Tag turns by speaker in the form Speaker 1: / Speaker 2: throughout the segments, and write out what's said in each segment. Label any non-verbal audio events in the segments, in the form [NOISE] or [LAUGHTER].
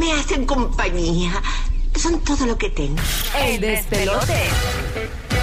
Speaker 1: Me hacen compañía. Son todo lo que tengo.
Speaker 2: El despelote.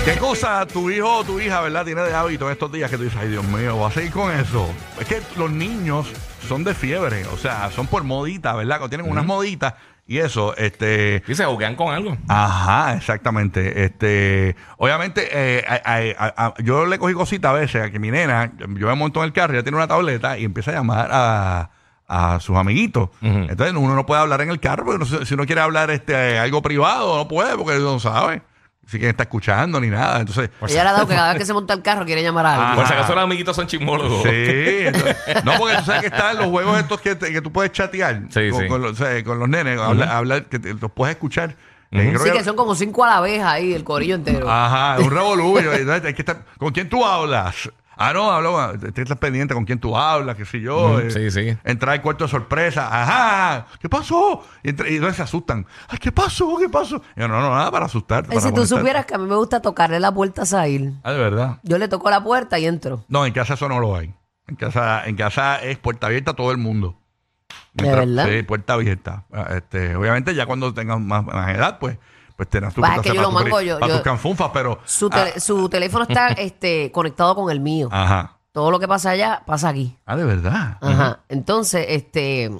Speaker 3: ¿Qué cosa tu hijo o tu hija, verdad, tiene de hábito en estos días que tú dices, ay Dios mío, vas a seguir con eso? Es que los niños son de fiebre, o sea, son por moditas, ¿verdad? Que tienen unas moditas y eso, este...
Speaker 4: Y se juguean con algo.
Speaker 3: Ajá, exactamente. Este, obviamente, eh, a- a- a- a- yo le cogí cosita a veces a que mi nena, yo me monto en el carro, ella tiene una tableta y empieza a llamar a, a sus amiguitos. Entonces uno no puede hablar en el carro, porque no sé- si uno quiere hablar este algo privado, no puede, porque no sabe si quién está escuchando ni nada. Entonces,
Speaker 2: Ella le ha dado que cada vez que se monta el carro quiere llamar a alguien.
Speaker 3: Ajá.
Speaker 4: Por si acaso los amiguitos son chismólogos.
Speaker 3: Sí, entonces- no, porque tú sabes que están los juegos estos que, te- que tú puedes chatear
Speaker 4: Sí,
Speaker 3: con,
Speaker 4: sí.
Speaker 3: con los, o sea, con los nenes, habla- hablar, que te- los puedes escuchar. Eh, creo
Speaker 2: Sí,
Speaker 3: que-
Speaker 2: que son como cinco a la vez ahí, el corillo entero. Eh,
Speaker 3: Ajá, un revolú. y- y- hay que estar- ¿Con quién tú hablas? Ah, no, hablo, te- te estás pendiente con quién tú hablas, qué sé yo.
Speaker 4: Mm,
Speaker 3: eh,
Speaker 4: sí, sí.
Speaker 3: Entrar al cuarto de sorpresa. Ajá, ¿qué pasó? Y, entra- y entonces se asustan. Ay, ¿qué pasó? ¿Qué pasó? Y yo, no, no, nada para asustarte.
Speaker 2: Ay,
Speaker 3: para
Speaker 2: si tú
Speaker 3: molestarte.
Speaker 2: supieras que a mí me gusta tocarle la puerta a Zahir.
Speaker 3: Ah, de verdad.
Speaker 2: Yo le toco la puerta y entro.
Speaker 3: No, en casa eso no lo hay. En casa, en casa es puerta abierta a todo el mundo.
Speaker 2: ¿De
Speaker 3: Mientras-
Speaker 2: verdad?
Speaker 3: Sí, puerta abierta. Ah, Este, obviamente ya cuando tengas más, más edad, pues, pues tendrás tu
Speaker 2: Bah, es
Speaker 3: puerta
Speaker 2: que yo
Speaker 3: para
Speaker 2: lo
Speaker 3: tus-
Speaker 2: mango, yo-
Speaker 3: para
Speaker 2: yo-
Speaker 3: tus canfunfas, pero...
Speaker 2: Su, tele- su teléfono
Speaker 3: [LAUGHS]
Speaker 2: está este, conectado con el mío.
Speaker 3: ah, ajá.
Speaker 2: Todo lo que pasa allá, pasa aquí.
Speaker 3: Ah, de verdad.
Speaker 2: Ajá. Entonces, este,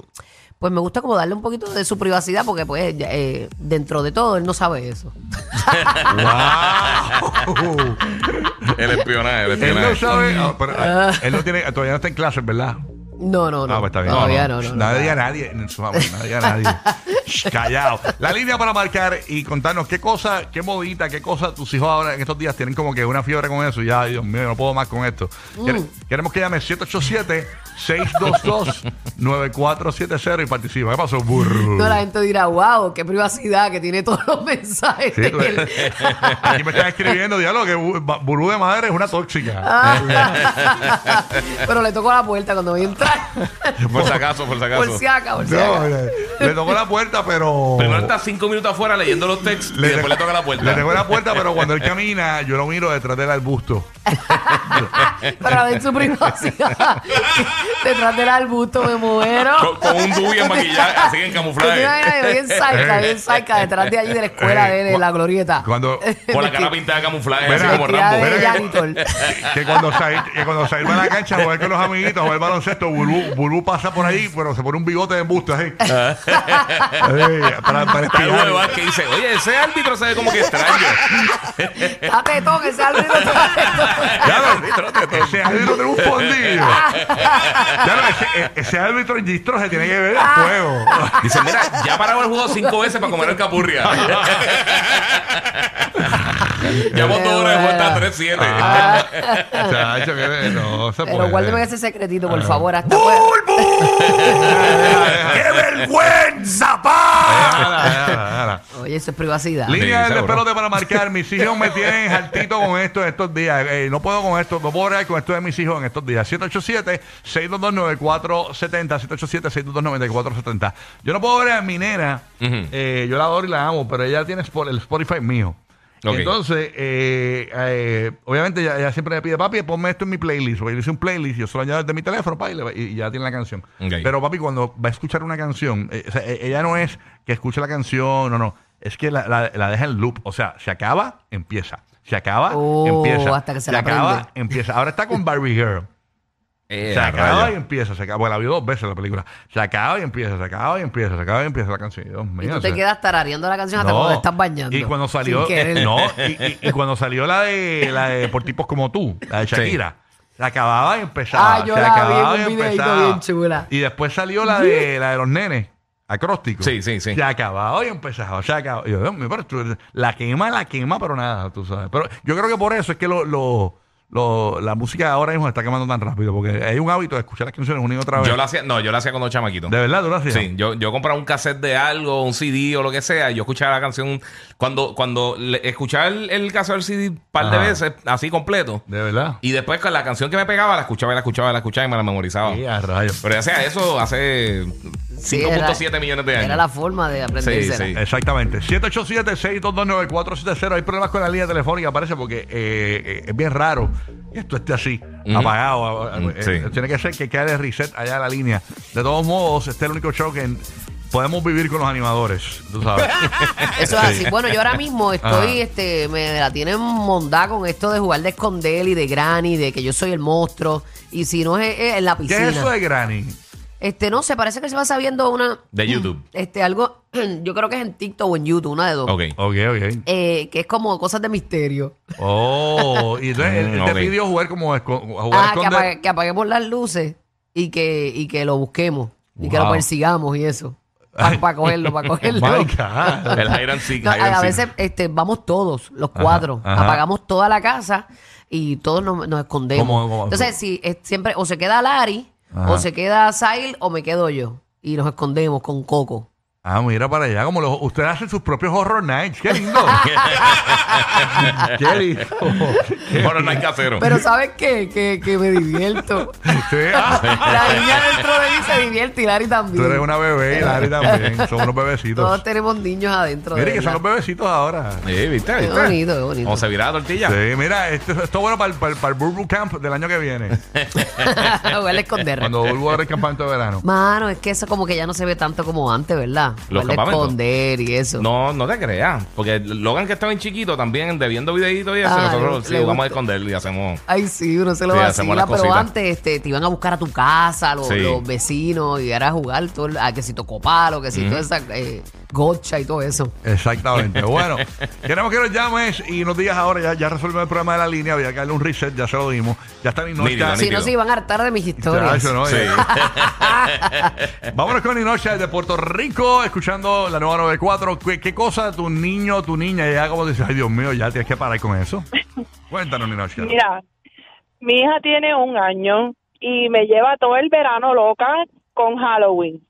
Speaker 2: pues me gusta como darle un poquito de su privacidad porque pues ya, eh, dentro de todo él no sabe eso. Ah.
Speaker 3: ¡Wow!
Speaker 4: El espionaje,
Speaker 3: [LAUGHS]
Speaker 4: el
Speaker 3: él no
Speaker 4: espionaje.
Speaker 3: sabe. ah, pero, ah, él no tiene, todavía no está en clases, ¿verdad?
Speaker 2: No, no, no.
Speaker 3: No, pues está bien.
Speaker 2: Todavía no, no. no.
Speaker 3: nadie a nadie. en su favor, nadie
Speaker 2: [LAUGHS]
Speaker 3: a nadie. Shh, Callado. La línea para marcar y contarnos qué cosa, qué modita, qué cosa tus hijos ahora en estos días tienen como que una fiebre con eso. Y ya, Dios mío, no puedo más con esto.
Speaker 2: Mm.
Speaker 3: Quere- Queremos que llame 787-622-9470 y participa. ¿Qué pasó, burro?
Speaker 2: No, la gente dirá, wow, qué privacidad que tiene todos los [LAUGHS] mensajes.
Speaker 3: Sí,
Speaker 2: de
Speaker 3: pues. tú-
Speaker 2: él".
Speaker 3: [LAUGHS] Aquí me están escribiendo, diálogo, que bu- ba- burú de madre es una tóxica.
Speaker 2: [LAUGHS] Ah.
Speaker 3: [LAUGHS]
Speaker 2: Pero le tocó la puerta cuando voy a
Speaker 3: [LAUGHS]
Speaker 2: entrar.
Speaker 4: Por si acaso, por si acaso.
Speaker 2: Por si acaso, por si acaso.
Speaker 3: No, le, le tocó la puerta, pero.
Speaker 4: Primero está cinco minutos afuera leyendo los textos y
Speaker 3: Le-
Speaker 4: después le toca la
Speaker 3: Le
Speaker 4: puerta.
Speaker 3: tengo la puerta, pero cuando
Speaker 4: [LAUGHS]
Speaker 3: él camina, yo lo miro detrás del arbusto.
Speaker 2: Para ver su
Speaker 3: [LAUGHS]
Speaker 2: privacidad. Detrás del arbusto me muero.
Speaker 4: Con, con un dubi en maquillaje, así
Speaker 2: Tú
Speaker 4: en
Speaker 2: te imaginas,
Speaker 4: camuflaje.
Speaker 2: bien
Speaker 3: [LAUGHS]
Speaker 2: saica, bien saica, detrás de allí de la escuela de, de la glorieta. [LAUGHS]
Speaker 3: Cuando.
Speaker 4: Con la cara pintada de camuflaje,
Speaker 3: Mira,
Speaker 4: así como
Speaker 2: Vestida
Speaker 4: Rambo.
Speaker 2: de
Speaker 3: Mira que-
Speaker 2: janitor.
Speaker 3: [LAUGHS] Que cuando Said, que cuando Said va a la cancha a jugar con los amiguitos, a jugar baloncesto, Bulú, Bulú pasa por ahí, pero se pone un bigote de embuste
Speaker 4: [LAUGHS]
Speaker 3: así. Ay, para, para
Speaker 4: Ah. Está
Speaker 3: espiar.
Speaker 4: huevas que dice, oye, ese árbitro se ve como que extraño.
Speaker 2: Date toque, ese árbitro.
Speaker 3: [LAUGHS]
Speaker 2: date
Speaker 3: Ya lo- ese árbitro tiene un fondillo.
Speaker 4: [LAUGHS]
Speaker 3: Ya lo- ese, ese árbitro en Gistro se tiene que ver
Speaker 2: Ah.
Speaker 3: a fuego.
Speaker 4: Dice, mira, ya paraba el juego cinco veces para comer
Speaker 2: [LAUGHS]
Speaker 4: el capurria. ya
Speaker 2: Qué
Speaker 4: dos horas de vuelta a
Speaker 2: buena.
Speaker 4: 3-7.
Speaker 3: Ah. Chacho, que no se
Speaker 2: Pero
Speaker 3: puede.
Speaker 2: guárdeme ese secretito,
Speaker 3: Ah.
Speaker 2: por favor. Hasta pues-
Speaker 3: ¡Bulbu! ¡Qué vergüenza, pa!
Speaker 2: Oye, eso es privacidad.
Speaker 4: Li-
Speaker 3: Línea
Speaker 4: Sí,
Speaker 3: del
Speaker 4: seguro.
Speaker 3: pelote para marcar. Mis hijos me tienen jaltito con esto en estos días. Eh, no puedo con esto, no puedo bregar con esto de mis hijos en estos días. 787-622-9470. 787-622-9470. Yo no puedo ver a mi nena. eh, yo la adoro y la amo, pero ella tiene Spo- el Spotify mío.
Speaker 4: Ok.
Speaker 3: Entonces, eh, eh, obviamente, ella, ella siempre me pide, papi, ponme esto en mi playlist. Porque yo hice un playlist, yo solo añado desde mi teléfono, pa, y, le- y ya tiene la canción.
Speaker 4: Ok.
Speaker 3: Pero pero papi, cuando va a escuchar una canción, eh, o sea, eh, ella no es que escuche la canción, no, no. Es que la, la- la deja en loop. O sea, se acaba, empieza. Se acaba,
Speaker 2: Oh,
Speaker 3: empieza.
Speaker 2: hasta que se la
Speaker 3: acaba,
Speaker 2: aprende.
Speaker 3: empieza. Ahora está con Barbie Girl.
Speaker 4: Eh,
Speaker 3: se
Speaker 4: a
Speaker 3: acaba
Speaker 4: rayos.
Speaker 3: y empieza, se acaba. Bueno, la vi dos veces la película. Se acaba y empieza, se acaba y empieza, se acaba y empieza la canción. Dios mío.
Speaker 2: Y tú
Speaker 3: o sea,
Speaker 2: te quedas tarareando la canción hasta
Speaker 3: no.
Speaker 2: cuando Ah, te estás bañando.
Speaker 3: Y cuando salió,
Speaker 2: Sin querer.
Speaker 3: [LAUGHS] no, y, y- y cuando salió la de la de por tipos como tú, la de Shakira. Se acababa y empezaba.
Speaker 2: Ah, yo
Speaker 3: se
Speaker 2: la vi en un
Speaker 3: acababa y
Speaker 2: videíto
Speaker 3: empezaba.
Speaker 2: bien chula.
Speaker 3: Y después salió la de la de los nenes. Acróstico.
Speaker 4: Sí, sí, sí.
Speaker 3: Se acababa y empezaba. Se acababa. Y yo, Dios mío, pero tú- la quema, la quema, pero nada, tú sabes. Pero yo creo que por eso es que lo, lo- lo- la música ahora mismo se está quemando tan rápido. Porque hay un hábito de escuchar las canciones una y otra vez.
Speaker 4: Yo la hacía, no, yo la hacía cuando chamaquito.
Speaker 3: De verdad, tú lo hacías?
Speaker 4: Sí, yo, yo compraba un cassette de algo, un CD o lo que sea, y yo escuchaba la canción. Cuando, cuando le- escuchaba el, el cassette del CD un par de
Speaker 3: Ajá.
Speaker 4: veces, así completo,
Speaker 3: De verdad.
Speaker 4: y después con la canción que me pegaba, la escuchaba, y la escuchaba, y la escuchaba y me la memorizaba.
Speaker 3: Sí, a rayos.
Speaker 4: Pero ya sea eso hace
Speaker 2: Sí,
Speaker 4: 5.7
Speaker 2: era-
Speaker 4: millones de años.
Speaker 2: Era la forma de aprendérsela.
Speaker 4: sí.
Speaker 3: Exactamente. 787-622-9470. Hay problemas con la línea telefónica, parece, porque eh, eh, es bien raro que esto esté así, apagado.
Speaker 4: Mm,
Speaker 3: Eh,
Speaker 4: sí.
Speaker 3: eh, Tiene que ser que quede reset allá en la línea. De todos modos, este es el único show que podemos vivir con los animadores. Tú sabes.
Speaker 2: [LAUGHS] Eso es
Speaker 3: Sí.
Speaker 2: así. Bueno, yo ahora
Speaker 3: [LAUGHS]
Speaker 2: mismo
Speaker 3: Ajá.
Speaker 2: estoy, este, me la tienen mondá con esto de jugar de esconder y de granny, de que yo soy el monstruo. Y si no es, es en la
Speaker 3: ¿Qué
Speaker 2: piscina.
Speaker 3: es eso de Granny?
Speaker 2: Este, no sé, parece que se va sabiendo una.
Speaker 4: De YouTube.
Speaker 2: Este, algo, [CLEARS THROAT] yo creo que es en TikTok o en YouTube, una de dos.
Speaker 4: Ok.
Speaker 3: Ok, ok.
Speaker 2: Eh, que es como cosas de misterio.
Speaker 3: Oh, y entonces él,
Speaker 4: Mm,
Speaker 3: él te
Speaker 4: ok.
Speaker 3: pidió jugar como esco- jugar a
Speaker 2: Ah, que,
Speaker 3: esconder.
Speaker 2: apague- que apaguemos las luces y que, y que lo busquemos. Y que lo
Speaker 3: Wow.
Speaker 2: persigamos y eso. Para
Speaker 3: [LAUGHS]
Speaker 2: cogerlo, para cogerlo.
Speaker 3: My God.
Speaker 4: El hide and seek,
Speaker 2: No,
Speaker 4: hide and
Speaker 2: a
Speaker 4: seek.
Speaker 2: veces este, vamos todos, los cuatro,
Speaker 3: ajá.
Speaker 2: apagamos toda la casa y todos nos, nos escondemos.
Speaker 3: ¿Cómo, cómo?
Speaker 2: Entonces, si es siempre o se queda Lari,
Speaker 3: Ajá.
Speaker 2: o se queda Sail, o me quedo yo. Y nos escondemos con Coco.
Speaker 3: Ah, mira para allá, como los, ustedes hacen sus propios horror nights. ¡Qué lindo!
Speaker 4: [LAUGHS]
Speaker 3: ¡Qué lindo!
Speaker 4: [LAUGHS] Bueno, no hay casero.
Speaker 2: Pero ¿sabes qué? Que, que me
Speaker 3: [LAUGHS]
Speaker 2: divierto.
Speaker 3: Sí, ah,
Speaker 2: La niña dentro de mí se divierte y Lari también.
Speaker 3: tú eres una bebé y Lari también. Son unos
Speaker 2: Todos
Speaker 3: bebecitos.
Speaker 2: tenemos niños adentro.
Speaker 3: Mire
Speaker 2: de
Speaker 3: que son
Speaker 2: [LAUGHS]
Speaker 3: los
Speaker 2: verdad.
Speaker 3: bebecitos ahora.
Speaker 4: Sí, ¿viste?
Speaker 2: Qué
Speaker 4: ¿viste?
Speaker 2: bonito, qué bonito.
Speaker 4: O se vira la tortilla.
Speaker 3: Sí, mira, esto, esto es bueno para el, para, el- para el Burbu Camp del año que viene.
Speaker 2: Jugar a esconder.
Speaker 3: Cuando Burbu abre el campamento de verano.
Speaker 2: Mano, es que eso como que ya no se ve tanto como antes, ¿verdad?
Speaker 4: Los
Speaker 2: Jugar de
Speaker 4: campamentos.
Speaker 2: esconder y eso.
Speaker 4: No, no te creas. Porque Logan que estaba bien chiquito también, debiendo videitos y eso,
Speaker 2: Ah,
Speaker 4: nosotros
Speaker 2: le-
Speaker 4: sí,
Speaker 2: le
Speaker 4: vamos a
Speaker 2: gusta.
Speaker 4: esconderlo y hacemos.
Speaker 2: Ay, sí, uno se lo
Speaker 4: Sí,
Speaker 2: va
Speaker 4: hacemos las
Speaker 2: pero
Speaker 4: cositas.
Speaker 2: antes este, te iban a buscar a tu casa, los,
Speaker 4: Sí.
Speaker 2: los vecinos, y era a jugar todo, el- a que si tocó palo, que si toda esa eh, gocha y todo eso.
Speaker 3: Exactamente. Bueno, queremos que nos llames y nos digas ahora. Ya, ya resolvimos el problema de la línea. Había que darle un reset. Ya se lo dimos. Ya está
Speaker 4: Mira,
Speaker 3: Ninocha.
Speaker 4: Dani.
Speaker 2: Si no,
Speaker 4: nítido.
Speaker 2: se iban a hartar de mis historias.
Speaker 3: Chacho, ¿no?
Speaker 4: Sí.
Speaker 3: Vámonos con Ninocha desde Puerto Rico, escuchando la nueva 94. ¿Qué, qué cosa tu niño o tu niña ya como dices, ay Dios mío, ya tienes que parar con eso? Cuéntanos, Ninocha.
Speaker 5: Mira, mi hija tiene un año y me lleva todo el verano loca con Halloween.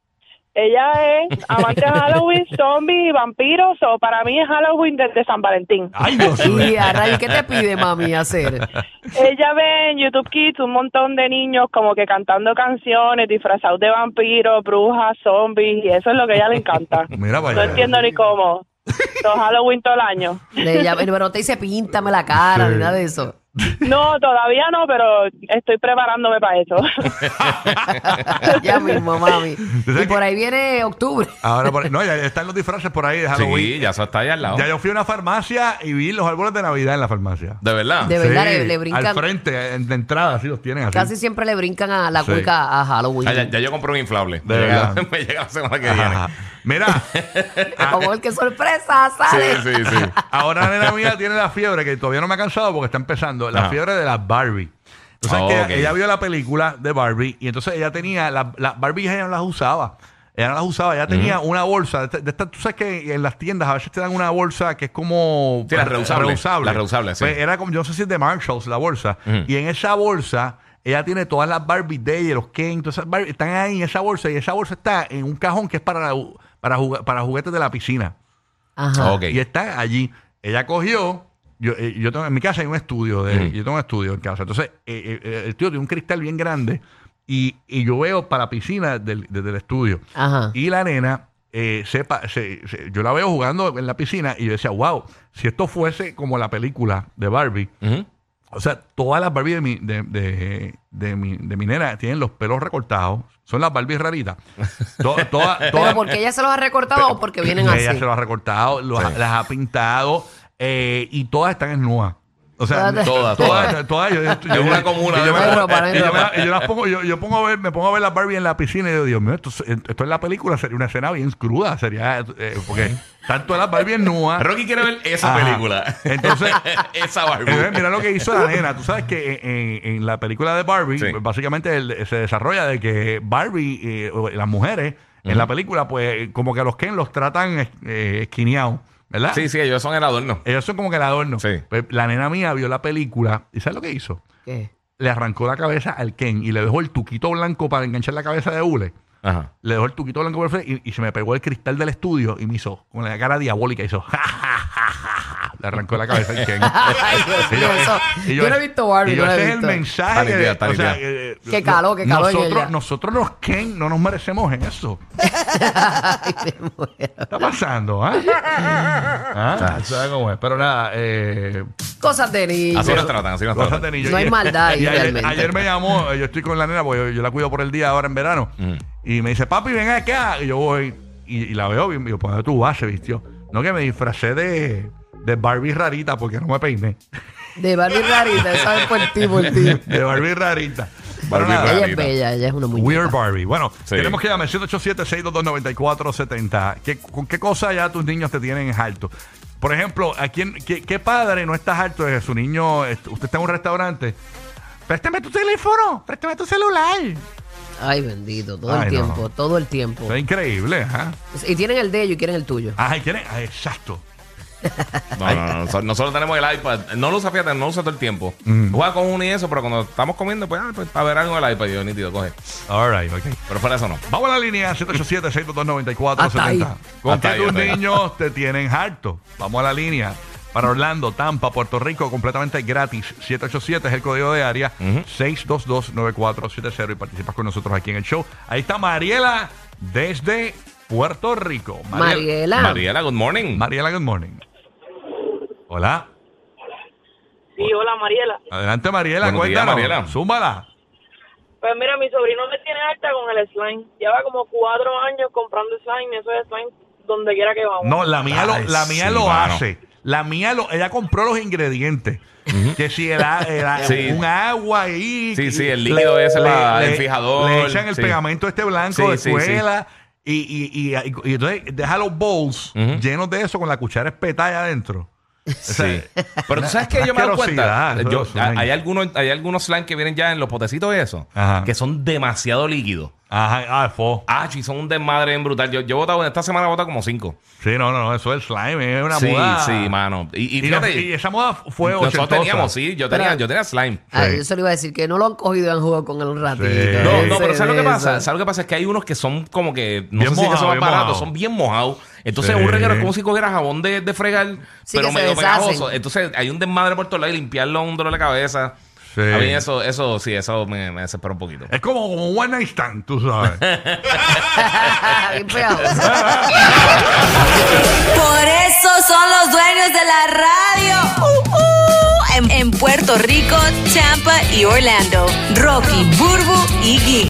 Speaker 5: Ella es amante de Halloween,
Speaker 3: [LAUGHS]
Speaker 5: zombie, vampiros, o para mí es Halloween desde San Valentín.
Speaker 3: Ay, Dios mío.
Speaker 2: Y a raíz, ¿qué te pide mami hacer?
Speaker 5: Ella ve en YouTube Kids un montón de niños como que cantando canciones, disfrazados de vampiros, brujas, zombies, y eso es lo que a ella le encanta.
Speaker 3: [LAUGHS] Mira para
Speaker 5: No
Speaker 3: allá.
Speaker 5: entiendo ni cómo. Todo Halloween todo el año.
Speaker 2: Le llama- pero no te dice píntame la cara ni nada de eso. [LAUGHS]
Speaker 5: No, todavía no, pero estoy preparándome para eso.
Speaker 2: ya mismo, mami.
Speaker 3: sabes
Speaker 2: Y por ahí viene octubre.
Speaker 3: Ahora, por- no, ya están los disfraces por ahí de Halloween.
Speaker 4: Sí, ya eso está ahí al lado.
Speaker 3: Ya yo fui a una farmacia y vi los árboles de Navidad en la farmacia.
Speaker 4: De verdad.
Speaker 2: De verdad, le, le
Speaker 3: Al
Speaker 2: brincan.
Speaker 3: frente, en- de entrada, sí los tienen así.
Speaker 2: Casi siempre le brincan a la
Speaker 3: Sí.
Speaker 2: cueca a Halloween.
Speaker 4: Ah, ya, ya yo compré un inflable.
Speaker 3: De
Speaker 4: Me llega-
Speaker 3: verdad.
Speaker 4: me llega la semana que
Speaker 3: Ajá. Mira,
Speaker 2: Como el que sorpresa, sale.
Speaker 4: viene. Sí, sí, sí.
Speaker 3: ahora la nena mía tiene la fiebre que todavía no me ha cansado porque está empezando, la
Speaker 4: Ajá.
Speaker 3: fiebre de las Barbie. Entonces,
Speaker 4: Ah,
Speaker 3: que
Speaker 4: ok.
Speaker 3: ella, ella vio la película de Barbie y entonces ella tenía, las las Barbie ella no las usaba. Ella no las usaba, ella tenía una bolsa. De esta- de estas, tú sabes que en las tiendas a veces te dan una bolsa que es como.
Speaker 4: Sí, la reusable.
Speaker 3: reusable.
Speaker 4: La reusable, sí.
Speaker 3: Pues era como, yo no sé si es de Marshalls la bolsa.
Speaker 4: Ujú.
Speaker 3: Y en esa bolsa, ella tiene todas las Barbie Day, los Ken, todas esas Barbie, están ahí en esa bolsa. Y esa bolsa está en un cajón que es para, la- para, jugu- para juguetes de la piscina.
Speaker 2: Ajá.
Speaker 4: Ok.
Speaker 3: Y está allí. Ella cogió. Yo, eh, yo tengo, en mi casa hay un estudio. De, Yo tengo un estudio en casa. Entonces, eh, eh, el tío tiene un cristal bien grande. Y, y yo veo para la piscina del- desde el estudio.
Speaker 2: Ajá.
Speaker 3: Y la nena, eh, sepa, se- se- yo la veo jugando en la piscina. Y yo decía, wow, si esto fuese como la película de Barbie.
Speaker 4: Ujú.
Speaker 3: O sea, todas las Barbie de mi, de, de- de mi, de mi nena tienen los pelos recortados. Son las Barbies raritas. To- todas- todas-
Speaker 2: [LAUGHS] Pero porque ella se los ha recortado o porque vienen
Speaker 3: ella
Speaker 2: así.
Speaker 3: se los ha recortado, los ha- las ha pintado eh, y todas están en nua. O sea,
Speaker 2: Todas.
Speaker 4: Todas,
Speaker 3: todas, todas. Yo, yo-
Speaker 4: Es una comuna,
Speaker 3: y
Speaker 4: de
Speaker 3: Yo, me,
Speaker 2: ropa,
Speaker 3: pongo-
Speaker 2: de
Speaker 3: y yo
Speaker 2: ropa.
Speaker 3: me- y yo las pongo, yo, yo pongo a ver, me pongo a ver las Barbie en la piscina y yo, Dios mío, esto, es- esto en la película sería una escena bien cruda, sería eh, porque tanto las Barbie en nua.
Speaker 4: Rocky quiere ver esa
Speaker 3: Ajá.
Speaker 4: película.
Speaker 3: Entonces-
Speaker 4: [LAUGHS] esa Barbie.
Speaker 3: Eh, mira lo que hizo la nena. Tú sabes que en, en- en la película de Barbie,
Speaker 4: Sí.
Speaker 3: pues, básicamente el- se desarrolla de que Barbie, eh, o las mujeres en la película, pues como que a los Ken los tratan eh, esquineados, ¿verdad?
Speaker 4: Sí, sí, ellos son el adorno.
Speaker 3: Ellos son como que el adorno.
Speaker 4: Sí.
Speaker 3: Pues, la nena mía vio la película y ¿sabes lo que hizo?
Speaker 2: ¿Qué?
Speaker 3: Le arrancó la cabeza al Ken y le dejó el tuquito blanco para enganchar la cabeza de Hule.
Speaker 4: Ajá.
Speaker 3: Le dejó el tuquito blanco por el frente y, y se me pegó el cristal del estudio y me hizo con la cara diabólica. Hizo [LAUGHS] ja, ja, ja, ja, ja. Le arrancó la cabeza al Ken.
Speaker 2: [LAUGHS] Ay, Dios mío, eso.
Speaker 3: Y
Speaker 2: Yo no he visto Barbie,
Speaker 3: y
Speaker 2: no
Speaker 3: yo,
Speaker 2: la he
Speaker 3: ese es el
Speaker 2: visto.
Speaker 3: mensaje.
Speaker 4: Está
Speaker 3: de-
Speaker 4: limpia, está
Speaker 3: o sea,
Speaker 4: limpia.
Speaker 3: eh, eh,
Speaker 2: Qué calor, qué calor en
Speaker 3: Nosotros,
Speaker 2: ella.
Speaker 3: nosotros los Ken no nos merecemos en eso. ¿Qué
Speaker 2: [LAUGHS] Ay, me muero.
Speaker 3: está pasando?
Speaker 2: [LAUGHS]
Speaker 3: ah? Ah, ¿sabes cómo es? Pero nada, eh,
Speaker 2: Cosas de niño.
Speaker 4: Así nos tratan, así nos
Speaker 3: cosas
Speaker 4: tratan.
Speaker 3: de niño.
Speaker 2: No hay
Speaker 3: Y-
Speaker 2: maldad ahí,
Speaker 3: y ayer,
Speaker 2: realmente.
Speaker 3: ayer me llamó, eh, yo estoy con la nena, porque yo, yo la cuido por el día ahora en verano.
Speaker 4: Mm.
Speaker 3: Y me dice, papi, ven acá. Y yo voy y, y la veo bien. Y yo, pues, tu base, vistió? No, que me disfracé de, de Barbie rarita porque no me peiné.
Speaker 2: De Barbie rarita, esa es por ti, por ti.
Speaker 3: [LAUGHS] De Barbie rarita. Pero
Speaker 4: Barbie
Speaker 3: nada,
Speaker 2: Ella es
Speaker 4: Rarita.
Speaker 2: bella, ella es una muy
Speaker 3: Weird Barbie. Bueno,
Speaker 4: Sí.
Speaker 3: tenemos que llamar 787-622-9470. ¿Qué, ¿Con qué cosa ya tus niños te tienen en alto? Por ejemplo, ¿a quién, qué, qué padre no estás alto de que su niño? est- Usted está en un restaurante. Préstame tu teléfono, préstame tu celular.
Speaker 2: Ay, bendito, todo
Speaker 3: Ay,
Speaker 2: el
Speaker 3: no.
Speaker 2: tiempo, todo el tiempo.
Speaker 3: Está increíble, ¿ah?
Speaker 2: Y tienen el de ellos y quieren el tuyo.
Speaker 3: Ay, ¿quién es? Ah, exacto.
Speaker 4: No, no, no, nosotros- Nosotros tenemos el iPad. No lo usa, fíjate, no lo usa todo el tiempo. Juega con uno y eso, pero cuando estamos comiendo, pues, ah, pues a ver algo en el iPad, yo nítido, coge.
Speaker 3: All right, ok.
Speaker 4: Pero fuera de eso no.
Speaker 3: Vamos a la línea
Speaker 2: Hasta ahí.
Speaker 3: 787-622-9470. ¿Con
Speaker 4: Hasta
Speaker 3: qué
Speaker 4: ahí,
Speaker 3: tus
Speaker 4: hasta ahí.
Speaker 3: niños te tienen harto? Vamos a la línea. Para Orlando, Tampa, Puerto Rico, completamente gratis. 787 es el código de área. 622-9470. Y participas con nosotros aquí en el show. Ahí está Mariela desde Puerto Rico. Mariela,
Speaker 2: Mariela.
Speaker 4: Mariela, good morning.
Speaker 3: Mariela, good morning. Hola.
Speaker 5: [LAUGHS] Sí, hola, Mariela.
Speaker 3: Adelante, Mariela.
Speaker 4: Buenos días,
Speaker 3: cuéntanos.
Speaker 4: Mariela.
Speaker 3: Zúmbala.
Speaker 5: Pues mira, mi sobrino me tiene alta con el slime. Lleva como cuatro años comprando slime, eso es slime donde quiera que vamos.
Speaker 3: No, la mía
Speaker 4: Ay,
Speaker 3: lo, la
Speaker 4: sí,
Speaker 3: mía lo
Speaker 4: mano.
Speaker 3: hace. La mía lo, ella compró los ingredientes. Que si el, a- el a-
Speaker 4: Sí.
Speaker 3: un agua ahí.
Speaker 4: Sí, sí, el
Speaker 3: le-
Speaker 4: líquido ese, la- el fijador,
Speaker 3: Le echan el
Speaker 4: sí.
Speaker 3: pegamento este blanco
Speaker 4: Sí,
Speaker 3: de
Speaker 4: sí, sí.
Speaker 3: escuela. Y, y, y, y- y entonces deja los bowls
Speaker 4: Ujú.
Speaker 3: llenos de eso con la cuchara espetada allá adentro.
Speaker 4: Sí. Pero tú sabes que yo me he dado cuenta.
Speaker 3: asquerosidad,
Speaker 4: Yo-
Speaker 3: eso,
Speaker 4: a-
Speaker 3: men.
Speaker 4: hay, algunos, hay algunos slime que vienen ya en los potecitos de eso,
Speaker 3: Ajá.
Speaker 4: que son demasiado líquidos.
Speaker 3: Ajá, ah, fo.
Speaker 4: Ah, y son un desmadre bien brutal. Yo, yo he votado, esta semana he votado como cinco.
Speaker 3: Sí, no, no, no, eso es slime, es una
Speaker 4: sí,
Speaker 3: moda.
Speaker 4: sí, mano. Y, y
Speaker 3: Y,
Speaker 4: fíjate,
Speaker 3: la- y esa moda fue
Speaker 4: nosotros
Speaker 3: ochentosa.
Speaker 4: teníamos, sí, yo tenía,
Speaker 2: Pero-
Speaker 4: yo tenía slime.
Speaker 2: Ay,
Speaker 3: Sí.
Speaker 2: yo se lo iba a decir que no lo han cogido y han jugado con él un ratito.
Speaker 3: Sí.
Speaker 4: No,
Speaker 3: Ese
Speaker 4: no, pero ¿sabes lo que
Speaker 2: de
Speaker 4: pasa?
Speaker 2: eso.
Speaker 4: ¿Sabes lo que pasa? Es que hay unos que son como que, no
Speaker 3: Bien
Speaker 4: sé si es que
Speaker 3: mojado,
Speaker 4: son más
Speaker 3: bien
Speaker 4: baratos,
Speaker 3: mojado.
Speaker 4: son bien mojados. Entonces
Speaker 3: Sí.
Speaker 4: un reguero es como si cogiera jabón de, de fregar,
Speaker 2: Sí,
Speaker 4: pero
Speaker 2: que se
Speaker 4: medio
Speaker 2: deshacen.
Speaker 4: pegajoso. Entonces hay un desmadre por todos lados y limpiarlo un dolor de cabeza.
Speaker 3: Sí.
Speaker 4: A mí eso, eso, sí, eso me, me desespera un poquito.
Speaker 3: Es como un one night stand, tú sabes.
Speaker 2: [LAUGHS] Bien pegajoso.
Speaker 4: [LAUGHS]
Speaker 6: Por eso son los dueños de la radio. Uh, uh. En, en Puerto Rico, Tampa y Orlando. Rocky, Burbu y Giga.